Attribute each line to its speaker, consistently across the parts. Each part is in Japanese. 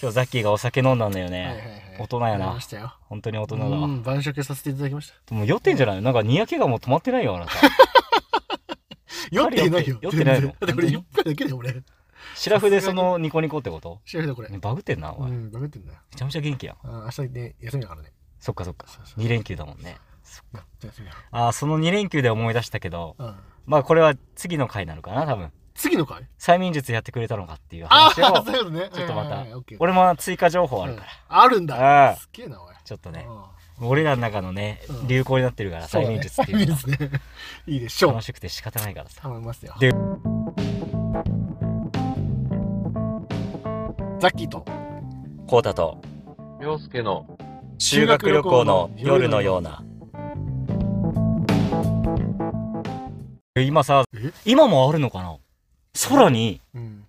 Speaker 1: 今日ザッキーがお酒飲んだんだよね。
Speaker 2: はいはいはい
Speaker 1: 大人や
Speaker 2: 飲み
Speaker 1: な
Speaker 2: まし。たよ
Speaker 1: 本当に大人
Speaker 2: う
Speaker 1: だわ。
Speaker 2: ん晩酌させていただきました
Speaker 1: でも酔ってんじゃないなんかニヤけがもう止まってないよ、あ なた。
Speaker 2: 酔ってないよ
Speaker 1: 酔ってないの
Speaker 2: 全然だってこれ
Speaker 1: 本当
Speaker 2: 1杯だけだよ俺
Speaker 1: シラフでそのニコニコってこと
Speaker 2: 調べたこれ
Speaker 1: ねバグってんな、お
Speaker 2: う
Speaker 1: 前。め
Speaker 2: んバグってんだよ
Speaker 1: ちゃめちゃ元気やん。
Speaker 2: あ明日ね休みだからね
Speaker 1: そっかそっか
Speaker 2: そう。そう
Speaker 1: 2連休だもんね。そっか
Speaker 2: じゃあ休みだか
Speaker 1: あーその2連休で思い出したけど、
Speaker 2: らうん
Speaker 1: まあこれは次の回なのかな、多分。
Speaker 2: 次の回
Speaker 1: 催眠術やってくれたのかっていう
Speaker 2: ああ
Speaker 1: 話
Speaker 2: ー
Speaker 1: を
Speaker 2: そう、いうことね
Speaker 1: ちょっとまた
Speaker 2: はいはいはいオッケー
Speaker 1: 俺も追加情報ある
Speaker 2: うん
Speaker 1: から。
Speaker 2: あるん
Speaker 1: あ
Speaker 2: だ
Speaker 1: あ
Speaker 2: すげえなおい
Speaker 1: ちょっとね
Speaker 2: う、ん
Speaker 1: 俺らの中のね
Speaker 2: う、ん
Speaker 1: 流行になってるから、
Speaker 2: そう
Speaker 1: 催
Speaker 2: だね
Speaker 1: 眠術っていうのは
Speaker 2: 催眠術ね いいでしょう
Speaker 1: 楽しくて仕方ないからさ。
Speaker 2: 頼みますよ
Speaker 1: で
Speaker 2: ザッキーと
Speaker 1: コータと
Speaker 3: 洋介の
Speaker 1: 修学旅行の夜のような今さ
Speaker 2: え
Speaker 1: 今もあるのかな空に
Speaker 2: うん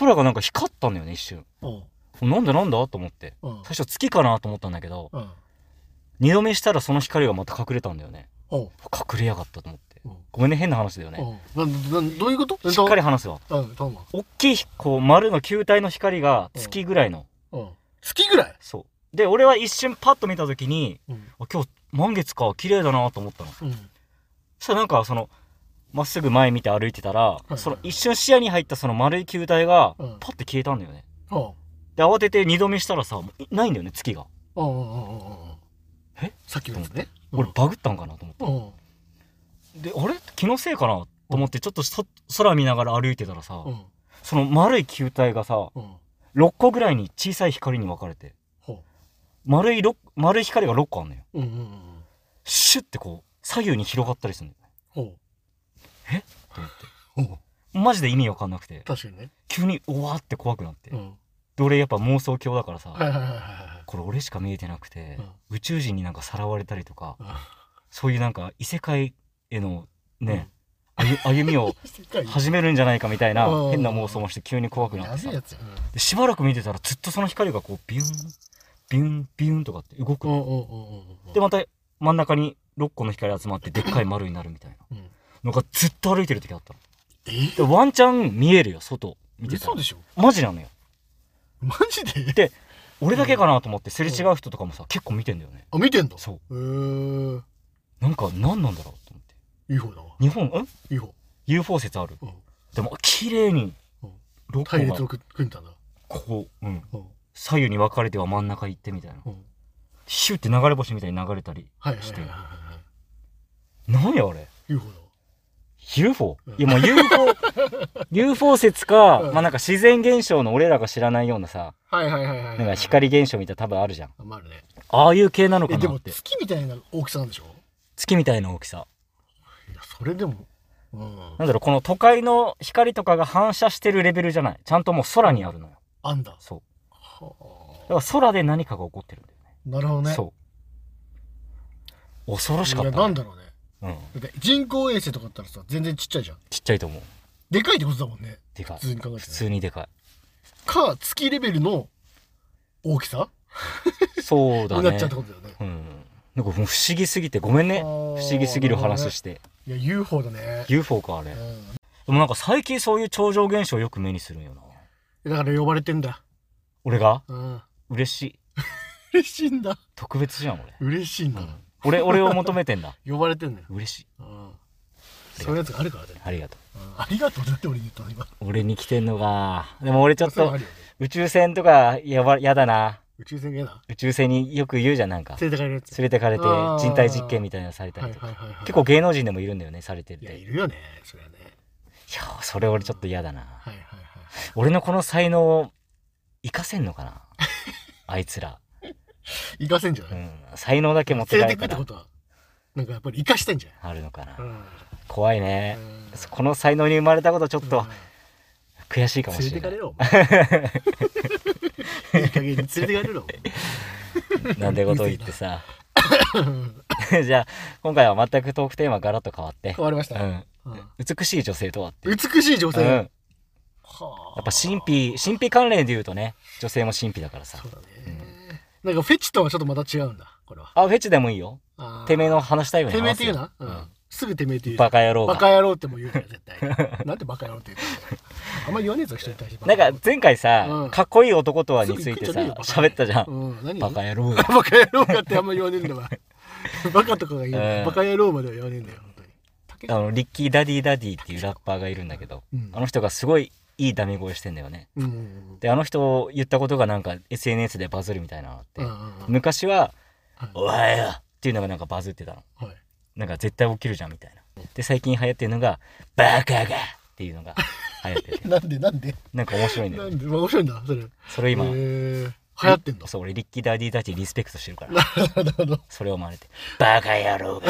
Speaker 1: 空がなんか光ったんだよね一瞬
Speaker 2: うん
Speaker 1: なんだなんだと思って
Speaker 2: うん
Speaker 1: 最初月かなと思ったんだけど
Speaker 2: うん
Speaker 1: 二度目したらその光がまた隠れたんだよね
Speaker 2: おう
Speaker 1: 隠れやがったと思って
Speaker 2: おう
Speaker 1: ごめんね変な話だよね
Speaker 2: おうなんなんどういうこと
Speaker 1: しっか
Speaker 2: り
Speaker 1: り話すわ
Speaker 2: うん頼むわ
Speaker 1: 大きいこう丸の球体の光が月ぐらいの
Speaker 2: うん好きぐらい
Speaker 1: そうで俺は一瞬パッと見た時に
Speaker 2: うん
Speaker 1: あ今日満月か綺麗だなと思ったの
Speaker 2: うん
Speaker 1: そしたらなんかそのまっすぐ前見て歩いてたら、
Speaker 2: いはい
Speaker 1: その一瞬視野に入ったその丸い球体が
Speaker 2: うん
Speaker 1: パッて消えたんだよね、
Speaker 2: おう
Speaker 1: で慌てて二度見したらさもういないんだよね月が、
Speaker 2: おうおうおうおうおう
Speaker 1: え
Speaker 2: さっきのやつね
Speaker 1: 俺バグったんかなと思って、
Speaker 2: うん
Speaker 1: であれ気のせいかなと思ってちょっとそ空見ながら歩いてたらさ、
Speaker 2: うん
Speaker 1: その丸い球体がさ
Speaker 2: うん
Speaker 1: 6個ぐらいに小さい光に分かれて
Speaker 2: ほ
Speaker 1: 丸いろ丸い光が6個あんのよ
Speaker 2: ううんうんうん
Speaker 1: シュッてこう左右に広がったりするんだよね
Speaker 2: ほ
Speaker 1: と思って
Speaker 2: うほう
Speaker 1: マジで意味わかんなくて
Speaker 2: 確かにね
Speaker 1: 急にうわーって怖くなって、
Speaker 2: うん
Speaker 1: で俺やっぱ妄想狂だからさ、
Speaker 2: はいはいはいはいはい
Speaker 1: これ俺しか見えてなくて、
Speaker 2: う
Speaker 1: 宇宙人になんかさらわれたりとか
Speaker 2: うん
Speaker 1: そういうなんか異世界へのね、歩歩 みを
Speaker 2: 世界
Speaker 1: 始めるんじゃないかみたいな
Speaker 2: うん
Speaker 1: 変な妄想もして急に怖くな
Speaker 2: や
Speaker 1: ってさ
Speaker 2: べえやつや
Speaker 1: でしばらく見てたらずっとその光がこうビュンビュンビュンとかって動く
Speaker 2: うん
Speaker 1: の、
Speaker 2: うんうんうんうん
Speaker 1: でまた真ん中に6個の光集まってでっかい丸になるみたいな
Speaker 2: うん
Speaker 1: のがずっと歩いてる時あったの
Speaker 2: え
Speaker 1: でワンチャン見えるよ外見てた
Speaker 2: 嘘
Speaker 1: ら
Speaker 2: でしょ
Speaker 1: マジなのよ
Speaker 2: マジで
Speaker 1: で俺だけかなと思ってすれ違う人とかもさ結構見てんだよね
Speaker 2: あ見てんだ
Speaker 1: そう
Speaker 2: へー
Speaker 1: なんか何なんだろうと思って
Speaker 2: いい方だわ
Speaker 1: 日本ん
Speaker 2: いい方
Speaker 1: UFO 説ある
Speaker 2: うん
Speaker 1: でも綺麗に
Speaker 2: うん
Speaker 1: 6
Speaker 2: 隊
Speaker 1: 個
Speaker 2: 列を
Speaker 1: が
Speaker 2: く組んだんだ
Speaker 1: こう、うん、
Speaker 2: うん
Speaker 1: 左右に分かれては真ん中行ってみたいな
Speaker 2: うん
Speaker 1: シュって流れ星みたいに流れたり
Speaker 2: はいはい
Speaker 1: し
Speaker 2: は
Speaker 1: て
Speaker 2: いは
Speaker 1: 何やあれ
Speaker 2: い UFO だわ
Speaker 1: UFO?
Speaker 2: うん
Speaker 1: いやまあ UFO UFO 説か、
Speaker 2: うん
Speaker 1: まあなんか自然現象の俺らが知らないようなさ
Speaker 2: はいはいはいはい
Speaker 1: なんか光現象みたいな多分あるじゃん
Speaker 2: あまああるね
Speaker 1: ああいう系なの
Speaker 2: え
Speaker 1: か
Speaker 2: で
Speaker 1: な
Speaker 2: も
Speaker 1: って
Speaker 2: 月みたいな大きさなんでしょ
Speaker 1: 月みたいな大きさ
Speaker 2: いやそれでもうん
Speaker 1: なんだろうこの都会の光とかが反射してるレベルじゃないちゃんともう空にあるのよ
Speaker 2: あんだ
Speaker 1: そうだ
Speaker 2: は
Speaker 1: から空で何かが起こってるんだよね
Speaker 2: あなるほどね
Speaker 1: そう恐ろしかった
Speaker 2: いや
Speaker 1: ね、
Speaker 2: なんだろうね
Speaker 1: うん、
Speaker 2: だって人工衛星とかだったらさ全然ちっちゃいじゃん
Speaker 1: ちっちゃいと思う
Speaker 2: でかいってことだもんね
Speaker 1: でかい
Speaker 2: 普通に考えてね
Speaker 1: 普通にでかい
Speaker 2: か月レベルの大きさ
Speaker 1: そうだ
Speaker 2: に
Speaker 1: ね
Speaker 2: なっちゃうってことだよね
Speaker 1: うんなんかもう不思議すぎてごめんね
Speaker 2: あー
Speaker 1: 不思議すぎる話して、
Speaker 2: いや UFO だね
Speaker 1: UFO かあれ、
Speaker 2: う
Speaker 1: で
Speaker 2: ん
Speaker 1: もなんか最近そういう超常現象よく目にするんよな
Speaker 2: だから呼ばれてんだ。
Speaker 1: 俺が
Speaker 2: うん。
Speaker 1: 嬉しい
Speaker 2: 嬉しいんだ。
Speaker 1: 特別じゃん俺、
Speaker 2: 嬉しいんだ。
Speaker 1: 俺俺を求めてんだ
Speaker 2: 呼ばれてんだよ。
Speaker 1: 嬉しい
Speaker 2: うん。そういうやつがあるからだよ。
Speaker 1: ありがと
Speaker 2: うんありがとうだって俺に言ったの今。
Speaker 1: う俺に来てんのがでも俺ちょっ
Speaker 2: そういうの
Speaker 1: と
Speaker 2: あるよね。
Speaker 1: 宇宙船とかやばやだな
Speaker 2: 宇宙船が嫌だ。
Speaker 1: 宇宙船によく言うじゃんなんか
Speaker 2: 連れて帰るやつ。
Speaker 1: 連れてかれて
Speaker 2: あー
Speaker 1: 人体実験みたいなのされた
Speaker 2: は
Speaker 1: り
Speaker 2: い
Speaker 1: とか、
Speaker 2: はいはいはい。
Speaker 1: 結構。芸能人でもいるんだよねされてるっ
Speaker 2: いや、
Speaker 1: てい
Speaker 2: い
Speaker 1: や
Speaker 2: るよね。それはね。
Speaker 1: ーそれ俺ちょっと嫌だな、
Speaker 2: はいはいはい。
Speaker 1: 俺のこの才能を生かせんのか なあいつら、
Speaker 2: 生かせんじゃ
Speaker 1: う
Speaker 2: ない
Speaker 1: ん、才能だけ持って
Speaker 2: 連れ
Speaker 1: か
Speaker 2: て
Speaker 1: れた
Speaker 2: くって
Speaker 1: ら
Speaker 2: ことは、なんかやっぱり生かしたいんじゃ
Speaker 1: あるのかな、
Speaker 2: ないうん。
Speaker 1: 怖いね、
Speaker 2: うん
Speaker 1: この才能に生まれたことちょっ
Speaker 2: うん
Speaker 1: と悔しいかも
Speaker 2: 連れ
Speaker 1: してれ
Speaker 2: か
Speaker 1: な
Speaker 2: れ
Speaker 1: い、
Speaker 2: ろ。お前いい加減に連れてか れろ。
Speaker 1: なんてことを言ってさ じゃあ今回は全くトークテーマガラッと変わって
Speaker 2: 変、わりまし
Speaker 1: う
Speaker 2: た。
Speaker 1: ん、
Speaker 2: うん
Speaker 1: 美しい女性とはっていう、
Speaker 2: 美しい女
Speaker 1: うん、や
Speaker 2: 性。
Speaker 1: っ
Speaker 2: はあ
Speaker 1: ぱ神秘神秘関連で言うとね女性も神秘だからさ
Speaker 2: そうだね。なんかフェチとはちょっとまた違うんだ、これは。
Speaker 1: あフェチでもいいよ
Speaker 2: あー
Speaker 1: てめえの話したいように
Speaker 2: てめえっ
Speaker 1: 話す
Speaker 2: ていう
Speaker 1: よ
Speaker 2: な。う
Speaker 1: うんん。
Speaker 2: すぐてめえって言う
Speaker 1: バカ野郎
Speaker 2: バ
Speaker 1: が。
Speaker 2: カ野郎っても言うから絶 対なんでバカ野郎って言うのあんま言わねえぞ人に対して
Speaker 1: なんか前回さ、
Speaker 2: うん
Speaker 1: かっこいい男とはにつ
Speaker 2: す
Speaker 1: い
Speaker 2: ぐ
Speaker 1: て
Speaker 2: 言
Speaker 1: さ
Speaker 2: っちゃねえよ
Speaker 1: 喋ったじゃん、
Speaker 2: うん、何
Speaker 1: バカ野郎が
Speaker 2: バカ野郎かってあんま言わねえんだわバカとかが言うの、
Speaker 1: うん
Speaker 2: バカ野郎までは言わねえんだよ本当に竹
Speaker 1: あのリッキー・ダディ・ダディっていうラッパーがいるんだけど、
Speaker 2: うん
Speaker 1: あの人がすごいいいダメ声してんだよね
Speaker 2: うんうん
Speaker 1: であの人言ったことがなんか SNS でバズるみたいなのあって、
Speaker 2: うんうんうんうん
Speaker 1: 昔は
Speaker 2: はい
Speaker 1: 「おはよう」っていうのがなんかバズってたの
Speaker 2: はい
Speaker 1: なんか絶対起きるじゃんみたいなで最近流行ってるのが「バカが」っていうのが流行って て
Speaker 2: なんでなんで
Speaker 1: なんか面白いんだ
Speaker 2: な
Speaker 1: よ
Speaker 2: んで面白いんだそれ
Speaker 1: それ今
Speaker 2: へー流行ってんだ
Speaker 1: そう俺リッキー・ダディ・ダディリスペクトしてるから
Speaker 2: なるほど
Speaker 1: それを真似て「バカ野郎が」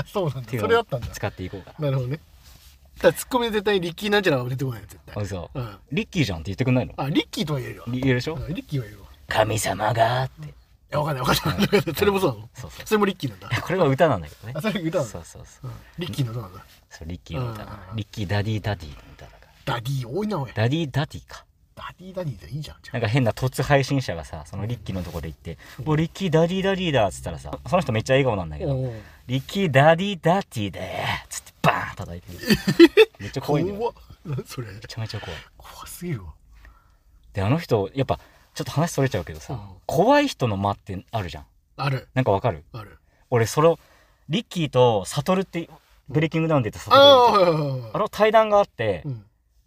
Speaker 1: っ
Speaker 2: そうなんだ
Speaker 1: ていう
Speaker 2: それ
Speaker 1: の
Speaker 2: あ
Speaker 1: を
Speaker 2: ったんだ
Speaker 1: 使っていこうか
Speaker 2: なるほどねただツッコミで絶対リッキーなんちゃらは出てこないよ絶
Speaker 1: な
Speaker 2: 対
Speaker 1: 嘘
Speaker 2: うん
Speaker 1: リッキーじゃんって言ってくんないの
Speaker 2: あリッキーとは言えるよ
Speaker 1: 言えるでしょ
Speaker 2: うんリッキーは言えるわ
Speaker 1: 神様がーって
Speaker 2: いやわかんないわかんないそれもそうなの
Speaker 1: そうそう
Speaker 2: それもリッキーなんだ
Speaker 1: これは歌なんだけどね
Speaker 2: あそれ歌なの
Speaker 1: そうそうそう
Speaker 2: うんリッキーのどうなんだ
Speaker 1: そうリッキーの歌なの
Speaker 2: うん
Speaker 1: リッキー・ダディ・ダディの歌だから
Speaker 2: ダディ多いなおい
Speaker 1: ダディ・ダディか
Speaker 2: ダディダディでいいじゃんじゃ
Speaker 1: なんか変な突配信者がさそのリッキーのとこで行って「おリッキーダディダディだ」っつったらさその人めっちゃ笑顔なんだけ
Speaker 2: あ
Speaker 1: ど
Speaker 2: おう
Speaker 1: 「リッキーダディダディだよ」っつってバーン叩いて るめっちゃ怖いんだよめ
Speaker 2: 怖っ何それ
Speaker 1: ちゃめちゃ怖い
Speaker 2: 怖すぎるわ
Speaker 1: であの人やっぱちょっと話それちゃうけど
Speaker 2: う
Speaker 1: さ
Speaker 2: ん
Speaker 1: 怖い人の間ってあるじゃん
Speaker 2: ある
Speaker 1: なんかわかる
Speaker 2: ある
Speaker 1: 俺そのリッキーとサトルってブレイキングダウンで言ったサ
Speaker 2: あ
Speaker 1: トル
Speaker 2: あー
Speaker 1: あの対談があって、
Speaker 2: うん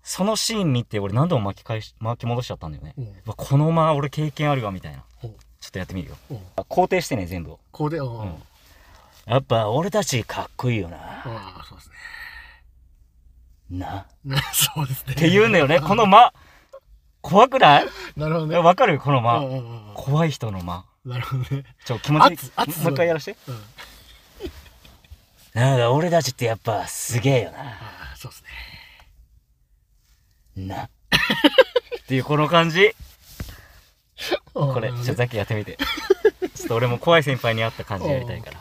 Speaker 1: そのシーン見て俺何度も巻き返し巻き戻しちゃったんだよね、
Speaker 2: う
Speaker 1: うんわこの間俺経験あるわみたいな
Speaker 2: ほう
Speaker 1: ちょっとやってみるよ
Speaker 2: ほう
Speaker 1: 肯定してね全部を
Speaker 2: こうであー
Speaker 1: うんやっぱ俺たちかっこいいよな。
Speaker 2: あーそうですね
Speaker 1: な。っ
Speaker 2: ね そうですね。って
Speaker 1: 言うんだよ ね。この間。怖くない
Speaker 2: なるほど
Speaker 1: い
Speaker 2: ね。
Speaker 1: やわかるよこの
Speaker 2: うん
Speaker 1: 間。
Speaker 2: うんうん
Speaker 1: 怖い人の間。
Speaker 2: うんなるほどね。
Speaker 1: ちょ、気持ちいい
Speaker 2: 熱熱。
Speaker 1: もう一回やらして。
Speaker 2: うん。
Speaker 1: なんか俺たちってやっぱすげえよな。
Speaker 2: ああ、そうですね。
Speaker 1: な。っていうこの感じ。こ
Speaker 2: こ
Speaker 1: れ、ちょっとさっきやってみて。 ちょっと俺も怖い先輩に会った感じやりたいから。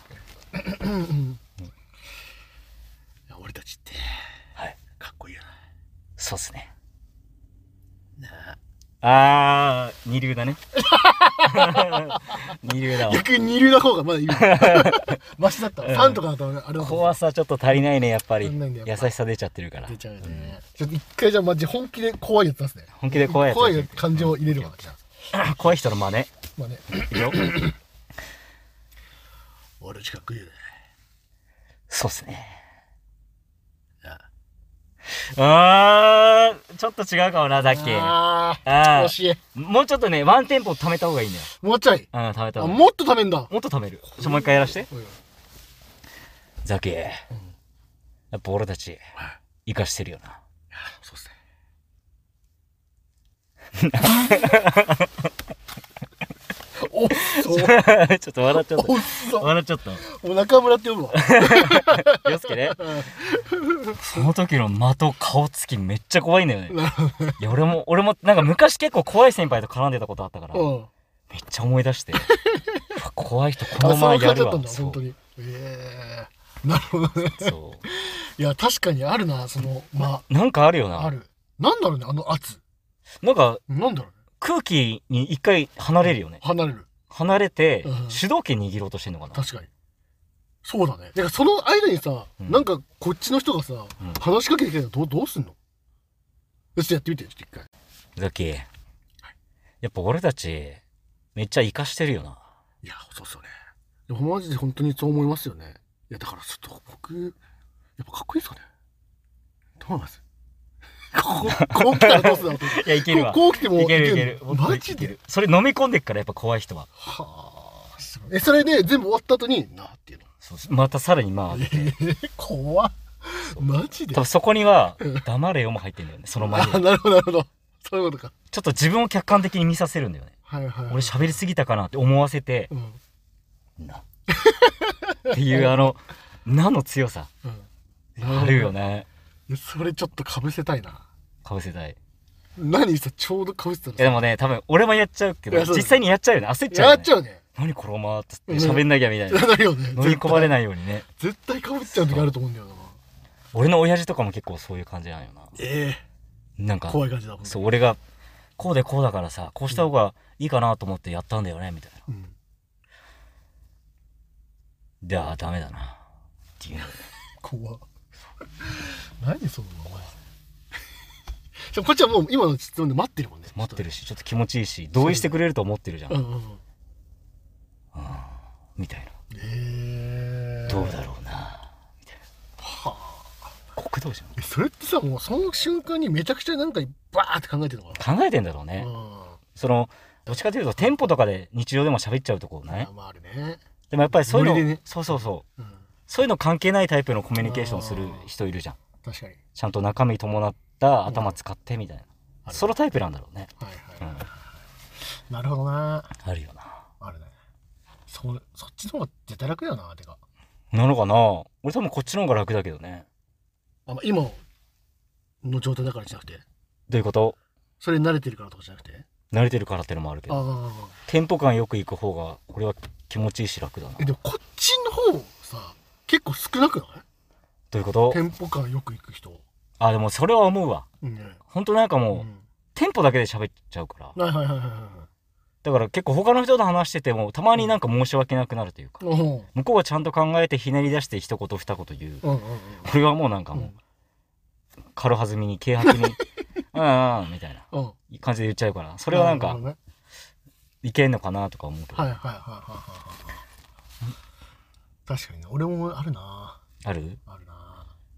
Speaker 2: 俺たちって、
Speaker 1: はい。
Speaker 2: かっこいいよ
Speaker 1: そうっすね。
Speaker 2: な。なあ
Speaker 1: あー、二流だね。 二流だわ。
Speaker 2: 逆に二流の方がまだ いいわ。マシだったわ。三とかだとあれだ
Speaker 1: 怖
Speaker 2: す。
Speaker 1: さちょっと足りないね、やっぱり。
Speaker 2: 足りないんだよや
Speaker 1: 優
Speaker 2: っぱ
Speaker 1: しさ出ちゃってるから。
Speaker 2: 出ちゃうよ
Speaker 1: ん
Speaker 2: ね。ちょっと一回じゃあマジ本気で怖いやつ出すね。
Speaker 1: 本気で怖いやつ
Speaker 2: 怖い感情を入れるわ。じゃあ
Speaker 1: 怖い人の真似
Speaker 2: まあね。
Speaker 1: い くよ
Speaker 2: 俺たちかっこいいよね。
Speaker 1: そうっすね
Speaker 2: な
Speaker 1: あーちょっと違うかもなさっき
Speaker 2: ああ、
Speaker 1: あ
Speaker 2: 惜
Speaker 1: ー
Speaker 2: しい。
Speaker 1: もうちょっとねワンテンポ貯めた方がいいんだよ
Speaker 2: もうちょい。
Speaker 1: うん貯めた方
Speaker 2: あ
Speaker 1: がいい
Speaker 2: もっと食べんだ。
Speaker 1: もっと貯めるちょもう一回やらして
Speaker 2: おいおい
Speaker 1: ザキやっぱ俺たち
Speaker 2: はい
Speaker 1: 生かしてるよな
Speaker 2: そうっすね。 おっそ
Speaker 1: ちょっと笑っちゃっ
Speaker 2: おったそ
Speaker 1: 笑っちゃった
Speaker 2: お中村って呼ぶわ。
Speaker 1: 洋介 ねその時の的と顔つきめっちゃ怖いんだよね
Speaker 2: なるほ
Speaker 1: いや俺も俺もなんか昔結構怖い先輩と絡んでたことあったからめっ
Speaker 2: ど。
Speaker 1: ちゃ思い出して うわ怖い人こ
Speaker 2: うん。
Speaker 1: の
Speaker 2: あ、そ
Speaker 1: まま
Speaker 2: う
Speaker 1: や
Speaker 2: 感
Speaker 1: る
Speaker 2: じだっ
Speaker 1: わ
Speaker 2: たんだ、
Speaker 1: そ
Speaker 2: 本
Speaker 1: う
Speaker 2: 当に。ええ。なるほどね。
Speaker 1: そう
Speaker 2: いや、確かにあるな、その、ま
Speaker 1: なんかあるよ
Speaker 2: あ、あ
Speaker 1: な。
Speaker 2: る。なんだろうね、あの圧。
Speaker 1: なんか
Speaker 2: なんだろうね。
Speaker 1: 空気に一回離れるよね。
Speaker 2: 離れる。
Speaker 1: 離れて
Speaker 2: うん、
Speaker 1: 主導権握ろうとしてんのかな。
Speaker 2: 確かに。そうだね。だからその間にさ、
Speaker 1: うん
Speaker 2: なんかこっちの人がさ、
Speaker 1: うん
Speaker 2: 話しかけてきたらどうどうすんのちょっとやってみて、ちょっと一回。
Speaker 1: ザキ、やっぱ俺たち、めっちゃ生かしてるよな。
Speaker 2: いや、そうっすよね。でもマジで本当にそう思いますよね。いや、だからちょっと僕、やっぱかっこいいですかね。どう思います ここ、こう来たらどうするんだろう
Speaker 1: いや、いけるわ
Speaker 2: こ。こう来ても
Speaker 1: いけるいける。
Speaker 2: のマジ
Speaker 1: いけ
Speaker 2: で
Speaker 1: るそれ飲み込んでっからやっぱ怖い人は。
Speaker 2: はあ、すごい。え、それで全部終わった後に、なっていうの。
Speaker 1: そうまたさらにまあ、
Speaker 2: 怖っ。マジで
Speaker 1: 多分そこには、黙れよも入ってんだよね。その前に。
Speaker 2: あ、なるほど、なるほど。そういうことか。
Speaker 1: ちょっと自分を客観的に見させるんだよね。
Speaker 2: はいはい。
Speaker 1: 俺喋りすぎたかなって思わせて、
Speaker 2: うん。
Speaker 1: な。っていうあの、なの強さ。
Speaker 2: うん。
Speaker 1: あるよね。
Speaker 2: いや。それちょっと被せたいな。
Speaker 1: かぶせたい。
Speaker 2: 何さ、ちょうど被せた
Speaker 1: いやでもね、多分俺もやっちゃうけ
Speaker 2: い
Speaker 1: ど、
Speaker 2: やそうだ
Speaker 1: 実際にやっちゃうよね。焦っちゃう
Speaker 2: ら。
Speaker 1: よ、
Speaker 2: や
Speaker 1: ね
Speaker 2: っ。ちゃうね。
Speaker 1: 何このまーっつって喋んなきゃみ たいな。
Speaker 2: なる よね。
Speaker 1: 飲み込まれないようにね。
Speaker 2: 絶対かぶっちゃう時あると思うんだよな
Speaker 1: 俺の親父とかも結構そういう感じなんよな。
Speaker 2: え
Speaker 1: なん
Speaker 2: え
Speaker 1: か、
Speaker 2: 怖い感じだもん
Speaker 1: そう、俺が、こうでこうだからさ、こうした方がいいかなと思ってやったんだよね、みたいな。
Speaker 2: うん
Speaker 1: で、あー、ダメだな。ってっていう
Speaker 2: 怖っ何その名前でもこっちはもう今の質問で待ってるもんね
Speaker 1: 待ってるしちょっと気持ちいいし同意してくれると思ってるじゃん、
Speaker 2: うんうんうん
Speaker 1: みたいな
Speaker 2: ええ
Speaker 1: どうだろうなみたいな国道じゃん
Speaker 2: えそれってさもうその瞬間にめちゃくちゃなんかバーって考えてるのか
Speaker 1: 考えてんだろうね、
Speaker 2: なうん
Speaker 1: そのどっちかというとテンポとかで日常でも喋っちゃうとこない
Speaker 2: あまああるね
Speaker 1: でもやっぱりそういうの、
Speaker 2: ノリでね
Speaker 1: そうそうそう
Speaker 2: うん
Speaker 1: そういうの関係ないタイプのコミュニケーションする人いるじゃん
Speaker 2: 確かに
Speaker 1: ちゃんと中身伴った頭使ってみたいな、
Speaker 2: ある
Speaker 1: そのタイプなんだろうね、
Speaker 2: はいは
Speaker 1: うん、
Speaker 2: いなるほどな
Speaker 1: あるよな
Speaker 2: あるねそそっちの方が絶対楽だよなてか
Speaker 1: なのかな俺多分こっちの方が楽だけどね
Speaker 2: あ、まあ、今の状態だからじゃなくて
Speaker 1: どういうこと
Speaker 2: それに慣れてるからとかじゃなくて
Speaker 1: 慣れてるからってのもあるけど
Speaker 2: ああ
Speaker 1: テンポ感よく行く方が俺は気持ちいいし楽だな
Speaker 2: えでもこっちの方さ結構少なくない
Speaker 1: どういうこと
Speaker 2: テンポ感よく行く人
Speaker 1: あでもそれは思うわ
Speaker 2: うんね
Speaker 1: ほんとなんか
Speaker 2: う
Speaker 1: もう、
Speaker 2: ん
Speaker 1: テンポだけで喋っちゃうから
Speaker 2: はいはいはいはいは
Speaker 1: だから結構他の人と話しててもたまになんか申し訳なくなるというか
Speaker 2: いおう
Speaker 1: 向こうはちゃんと考えてひねり出して一言二言言う
Speaker 2: うんうんうん
Speaker 1: 俺はもうなんかもう軽はずみに軽 薄にうんうんみたいな
Speaker 2: うんうん
Speaker 1: 感じで言っちゃうからそ
Speaker 2: こ
Speaker 1: れはなんか
Speaker 2: はい
Speaker 1: いけんのかなとか思うけど、
Speaker 2: はいはいはいはいはい確かにね俺もあるな
Speaker 1: ある
Speaker 2: あるな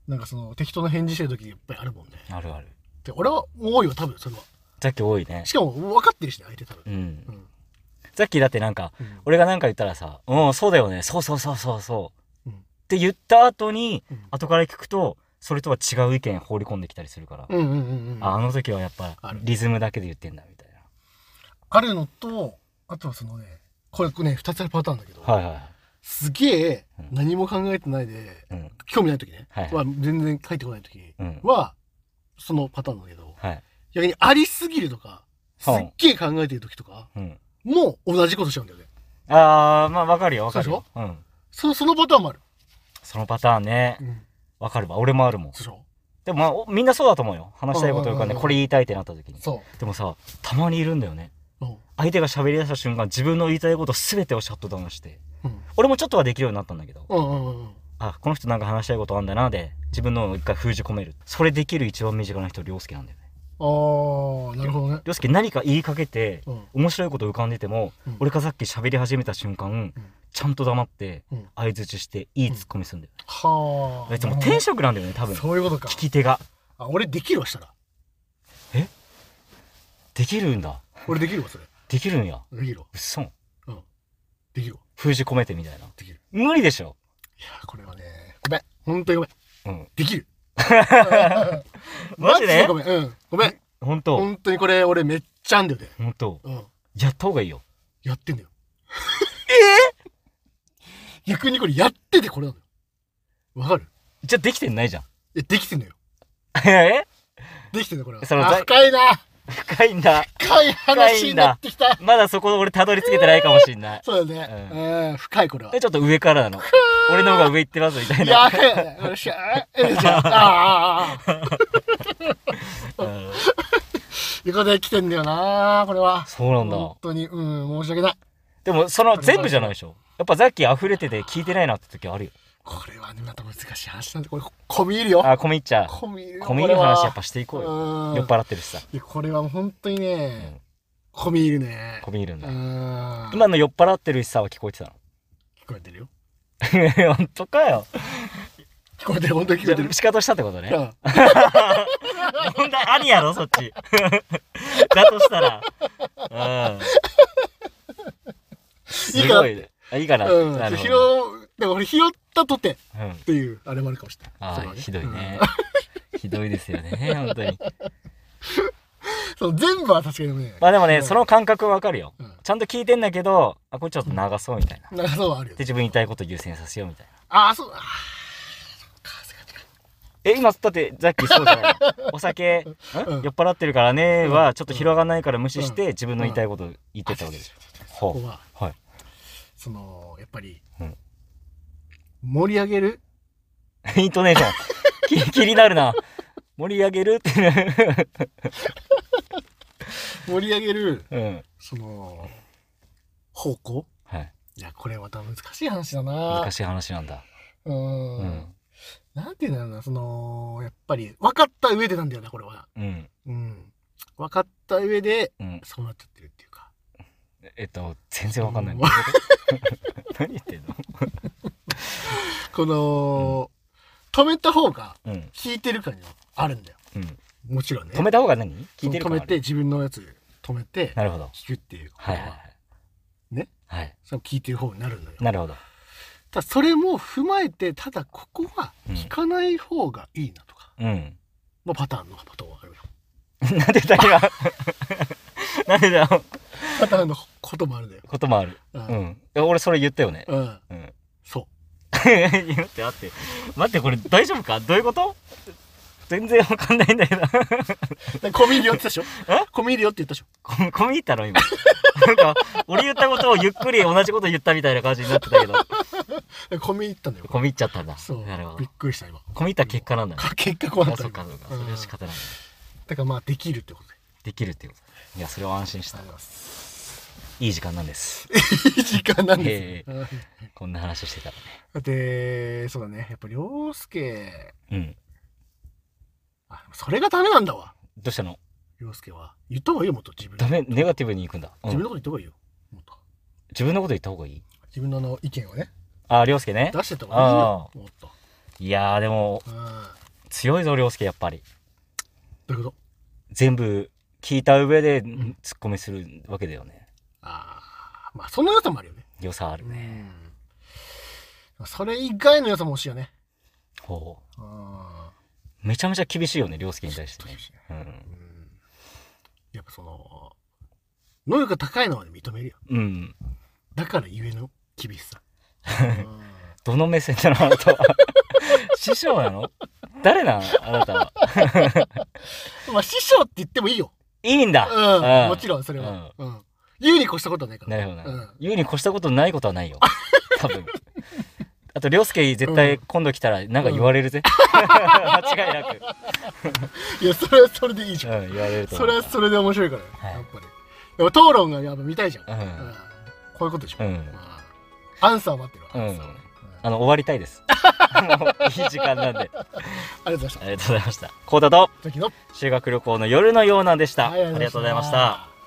Speaker 2: なんかその適当な返事してる時やっぱりあるもんね
Speaker 1: あるある
Speaker 2: で俺は多いわ多分それは
Speaker 1: ザッキー多いね
Speaker 2: しかも分かってるしね相手多分
Speaker 1: うん
Speaker 2: うん
Speaker 1: ザッキーだってなんか
Speaker 2: うん
Speaker 1: 俺がなんか言ったらさ「うんそうだよねそうそうそうそうそう」
Speaker 2: うん
Speaker 1: って言った後に
Speaker 2: うん
Speaker 1: 後から聞くとそれとは違う意見放り込んできたりするから、
Speaker 2: うんうんうんうん
Speaker 1: ああの時はやっぱ
Speaker 2: ある
Speaker 1: リズムだけで言ってんだみたい
Speaker 2: あるのとあとはそのねこれこれね2つあるパターンだけど、
Speaker 1: なはいはいはい
Speaker 2: すげえ
Speaker 1: うん
Speaker 2: 何も考えてないで、
Speaker 1: うん
Speaker 2: 興味ない時ね、
Speaker 1: はいはい
Speaker 2: は全然書いてこない時
Speaker 1: うん
Speaker 2: はそのパターンだけど
Speaker 1: はい
Speaker 2: 逆にありすぎるとかす
Speaker 1: は
Speaker 2: っ
Speaker 1: い
Speaker 2: げえ考えてる時とか
Speaker 1: うん
Speaker 2: も同じことしちゃうんだよね
Speaker 1: ああまあわかるよわかるようん
Speaker 2: そそのパターンもある、
Speaker 1: そのパターンね
Speaker 2: うん、
Speaker 1: わかるわ俺もあるもん
Speaker 2: そうでしょ
Speaker 1: でもまあおみんなそうだと思うよ話したいこととか
Speaker 2: うんうん
Speaker 1: ね
Speaker 2: うん
Speaker 1: これ言いたいってなった時に
Speaker 2: そ
Speaker 1: でもさたまにいるんだよね
Speaker 2: ううん
Speaker 1: 相手が喋り出した瞬間自分の言いたいこと全てをシャットダウンして
Speaker 2: うん
Speaker 1: 俺もちょっとはできるようになったんだけど
Speaker 2: うんうんうんうん
Speaker 1: あこの人なんか話したいことあんだなで自分のを一回封じ込めるそれできる一番身近な人涼介なんだよね
Speaker 2: ああなるほどね
Speaker 1: 涼介何か言いかけて
Speaker 2: うん
Speaker 1: 面白いこと浮かんでても、
Speaker 2: うん
Speaker 1: 俺がさっき喋り始めた瞬間、ちゃんと黙って
Speaker 2: うん
Speaker 1: 相づちしていいツッコミするんだよ、
Speaker 2: はあ
Speaker 1: あいつもう天職なんだよね多分
Speaker 2: そういうことか
Speaker 1: 聞き手が
Speaker 2: あ俺できるわしたら
Speaker 1: できるんだ
Speaker 2: 俺できるわそれ
Speaker 1: できるんや
Speaker 2: できるわ
Speaker 1: うっそん
Speaker 2: うんできるわ
Speaker 1: 封じ込めてみたいな
Speaker 2: できる
Speaker 1: 無理でしょ
Speaker 2: いやこれはねごめん本当にごめん
Speaker 1: うん
Speaker 2: できる
Speaker 1: マジで
Speaker 2: ごめんうんごめん
Speaker 1: 本当
Speaker 2: 本当にこれ俺めっちゃあんだよね
Speaker 1: 本当
Speaker 2: うん
Speaker 1: やった方がいいよ
Speaker 2: やってんだよえ逆にこれやっててこれなのよわかる
Speaker 1: じゃあできてんないじゃん
Speaker 2: えできてんのよ
Speaker 1: え
Speaker 2: できてんだよこれは
Speaker 1: その
Speaker 2: あ
Speaker 1: 在
Speaker 2: 深いな
Speaker 1: 深いんだ
Speaker 2: 深い話になってきた
Speaker 1: まだそこ俺たどり着けてないかもしんない
Speaker 2: そうだね、
Speaker 1: う
Speaker 2: うん、深いこれは
Speaker 1: でちょっと上からなの俺の方が上行ってますみたいな
Speaker 2: やべえよっしゃえじゃあああああ
Speaker 1: うん
Speaker 2: 床で来てんだよなこれは
Speaker 1: そうなんだ
Speaker 2: 本当にうん申し訳ない
Speaker 1: でもその全部じゃないでしょやっぱさっき溢れてて聞いてないなって時あるよ
Speaker 2: これはねまた難しい話なんでこれ込み入るよ
Speaker 1: あ込み入っちゃう
Speaker 2: 込み入るよ
Speaker 1: 込み入る話やっぱしていこう
Speaker 2: これ
Speaker 1: よ
Speaker 2: はうん
Speaker 1: 酔っ払ってるしさ
Speaker 2: いやこれは本当にね、込み入るね
Speaker 1: 込み入るん
Speaker 2: う
Speaker 1: だ
Speaker 2: ん
Speaker 1: 今の酔っ払ってるしさは聞こえてた
Speaker 2: 聞こえてるよ
Speaker 1: の 本当かよ
Speaker 2: 聞こえてる本当に聞こ
Speaker 1: じゃ
Speaker 2: えてる
Speaker 1: あ仕方したってことね
Speaker 2: うん
Speaker 1: 問題ありやろそっち だとしたらうんすごいねあいいかな
Speaker 2: うん
Speaker 1: なるほ
Speaker 2: 拾
Speaker 1: ど
Speaker 2: うでも俺拾ったとて
Speaker 1: うん
Speaker 2: っていうあれもあるかもしれない
Speaker 1: あ
Speaker 2: それは
Speaker 1: あひどいね ひどいですよね本当に
Speaker 2: うんそう全部は確かにね
Speaker 1: まあでもね
Speaker 2: うん
Speaker 1: その感覚はわかるよ
Speaker 2: うん
Speaker 1: ちゃんと聞いてんだけどあこれちょっと長そうみたいなで
Speaker 2: なんかそうはあるよね
Speaker 1: 自分言いたいこと優先させようみたいな
Speaker 2: ああそうあーそっかそっか
Speaker 1: え今だってさっきそうじゃ ないお酒ん
Speaker 2: うん
Speaker 1: 酔っ払ってるからねはちょっと広がんないから無視し
Speaker 2: うん
Speaker 1: て自分の言いたいこと言ってたわけでしょ
Speaker 2: ここ
Speaker 1: ほう
Speaker 2: は
Speaker 1: はい
Speaker 2: そのやっぱり、
Speaker 1: うん
Speaker 2: 盛り上げる
Speaker 1: イントネーション気気になるな盛り上げるってね
Speaker 2: 盛り上げる
Speaker 1: うん
Speaker 2: その方向
Speaker 1: はい
Speaker 2: いやこれまた難しい話だな
Speaker 1: 難しい話なんだ
Speaker 2: うう
Speaker 1: うんん。
Speaker 2: なんていうんだろうな、その、やっぱり、分かった上でなんだよな、これは。
Speaker 1: うん。
Speaker 2: うん。分かった上で、
Speaker 1: うん。
Speaker 2: そうなっちゃってるっていうか。
Speaker 1: えっと、全然わかんない。
Speaker 2: うん
Speaker 1: どういうこと 何言ってんの
Speaker 2: この、止めた方が、
Speaker 1: うん。
Speaker 2: 効いてる感があるんだよ。
Speaker 1: うん。
Speaker 2: もちろんね。
Speaker 1: 止めた方が何聞いてる
Speaker 2: そ
Speaker 1: から
Speaker 2: の止めて、自分のやつ止めて、
Speaker 1: なるほど。
Speaker 2: 聞くっていうこ
Speaker 1: は
Speaker 2: とは、
Speaker 1: いはいはい。
Speaker 2: ね
Speaker 1: はい。
Speaker 2: その聞いてる方になるんだよ。
Speaker 1: なるほど。
Speaker 2: ただ、それも踏まえて、ただ、ここは、聞かない方がいいなとか、
Speaker 1: うん。
Speaker 2: のパターンのパターンはあるよ。
Speaker 1: なんでだよ。 なんでだよ。
Speaker 2: パターンのこともあるんだよ。
Speaker 1: こともある。
Speaker 2: う。
Speaker 1: うんん。いや俺それ言ったよね。
Speaker 2: うん。
Speaker 1: うん。
Speaker 2: そう。
Speaker 1: 言って待って。待って、これ大丈夫かどういうこと全然わかんないんだけど。
Speaker 2: だからコミ入れよって言ったでしょ
Speaker 1: え
Speaker 2: コミ入れよって言ったでしょ
Speaker 1: こ込み入ったの今。 なんか、俺言ったことをゆっくり同じこと言ったみたいな感じになってたけど、
Speaker 2: だからコミ入ったんだよ。
Speaker 1: 込み入っちゃったんだ。
Speaker 2: そう
Speaker 1: なるほ。
Speaker 2: び
Speaker 1: ど
Speaker 2: っ。くりした今。
Speaker 1: 込み入った結果 なんだね。
Speaker 2: か結果こうな
Speaker 1: あ
Speaker 2: った
Speaker 1: そ
Speaker 2: よ
Speaker 1: うかそうか。
Speaker 2: う
Speaker 1: そ
Speaker 2: ん
Speaker 1: れは仕方ない。
Speaker 2: だからまあできるってことで。
Speaker 1: できるっていうこと。いや、それは安心した
Speaker 2: ありがとうご。ざいます。
Speaker 1: いい時間なんです。
Speaker 2: いい時間なんで
Speaker 1: え
Speaker 2: す。うん
Speaker 1: こんな話してたらね。
Speaker 2: だって、そうだね。やっぱり涼介、
Speaker 1: うん。
Speaker 2: あ、それがダメなんだわ。
Speaker 1: どうしたの
Speaker 2: 涼介は。言った方がいいよ、もっと自分。
Speaker 1: ダメ、ネガティブに行くんだ。うん
Speaker 2: 自分のこと言った方がいいよ。もっと。
Speaker 1: 自分のこと言った方がいい
Speaker 2: 自分のあの意見をね、
Speaker 1: あ、りょうすけね。
Speaker 2: 出してった方がいいよ。もっと。
Speaker 1: いやー、でも、
Speaker 2: うん。
Speaker 1: 強いぞ、りょうすけ、やっぱり。
Speaker 2: どういうこと
Speaker 1: 全部聞いた上で
Speaker 2: ん
Speaker 1: 突っ込みするわけだよね。
Speaker 2: ああ、まあその良さもあるよね。
Speaker 1: 良さある
Speaker 2: う
Speaker 1: ね。
Speaker 2: ん。それ以外の良さも欲しいよね。
Speaker 1: ほう。
Speaker 2: うん。
Speaker 1: めちゃめちゃ厳しいよね、りょうすけに対してね。
Speaker 2: しいね。
Speaker 1: うん
Speaker 2: う。んやっぱその、能力が高いのは認めるよ。
Speaker 1: うん。
Speaker 2: だからゆえの厳しさ。うん
Speaker 1: どの目線なのあなた は。師匠なの誰なのあなたは。
Speaker 2: まあ師匠って言ってもいいよ。
Speaker 1: いいんだ、
Speaker 2: う。
Speaker 1: うんん
Speaker 2: もちろんそれは。うん。言うに越したことはないか
Speaker 1: な
Speaker 2: ら。
Speaker 1: るほどなるほど
Speaker 2: うん。
Speaker 1: 言うに越したことないことはない よ。多分。あと、りょうすけ絶対今度来たらなんか言われるぜ。 間違いなく。
Speaker 2: いや、それはそれでいいじゃん。
Speaker 1: うん、言われると思
Speaker 2: そうれはそれで面白いからね
Speaker 1: はい
Speaker 2: やっぱり。でも討論がやっぱ見たいじゃん。
Speaker 1: うん
Speaker 2: うんこういうことでしょ。
Speaker 1: う
Speaker 2: うん
Speaker 1: ん
Speaker 2: アンサー待ってるわ。アンサーをねうんあ
Speaker 1: あの、終わりたいです。 もういい時間なんで。
Speaker 2: りがとうございました。
Speaker 1: ありがとうございました。コータと
Speaker 2: 時の
Speaker 1: 修学旅行の夜のようなんでした。
Speaker 2: はい
Speaker 1: ありがとうございました。。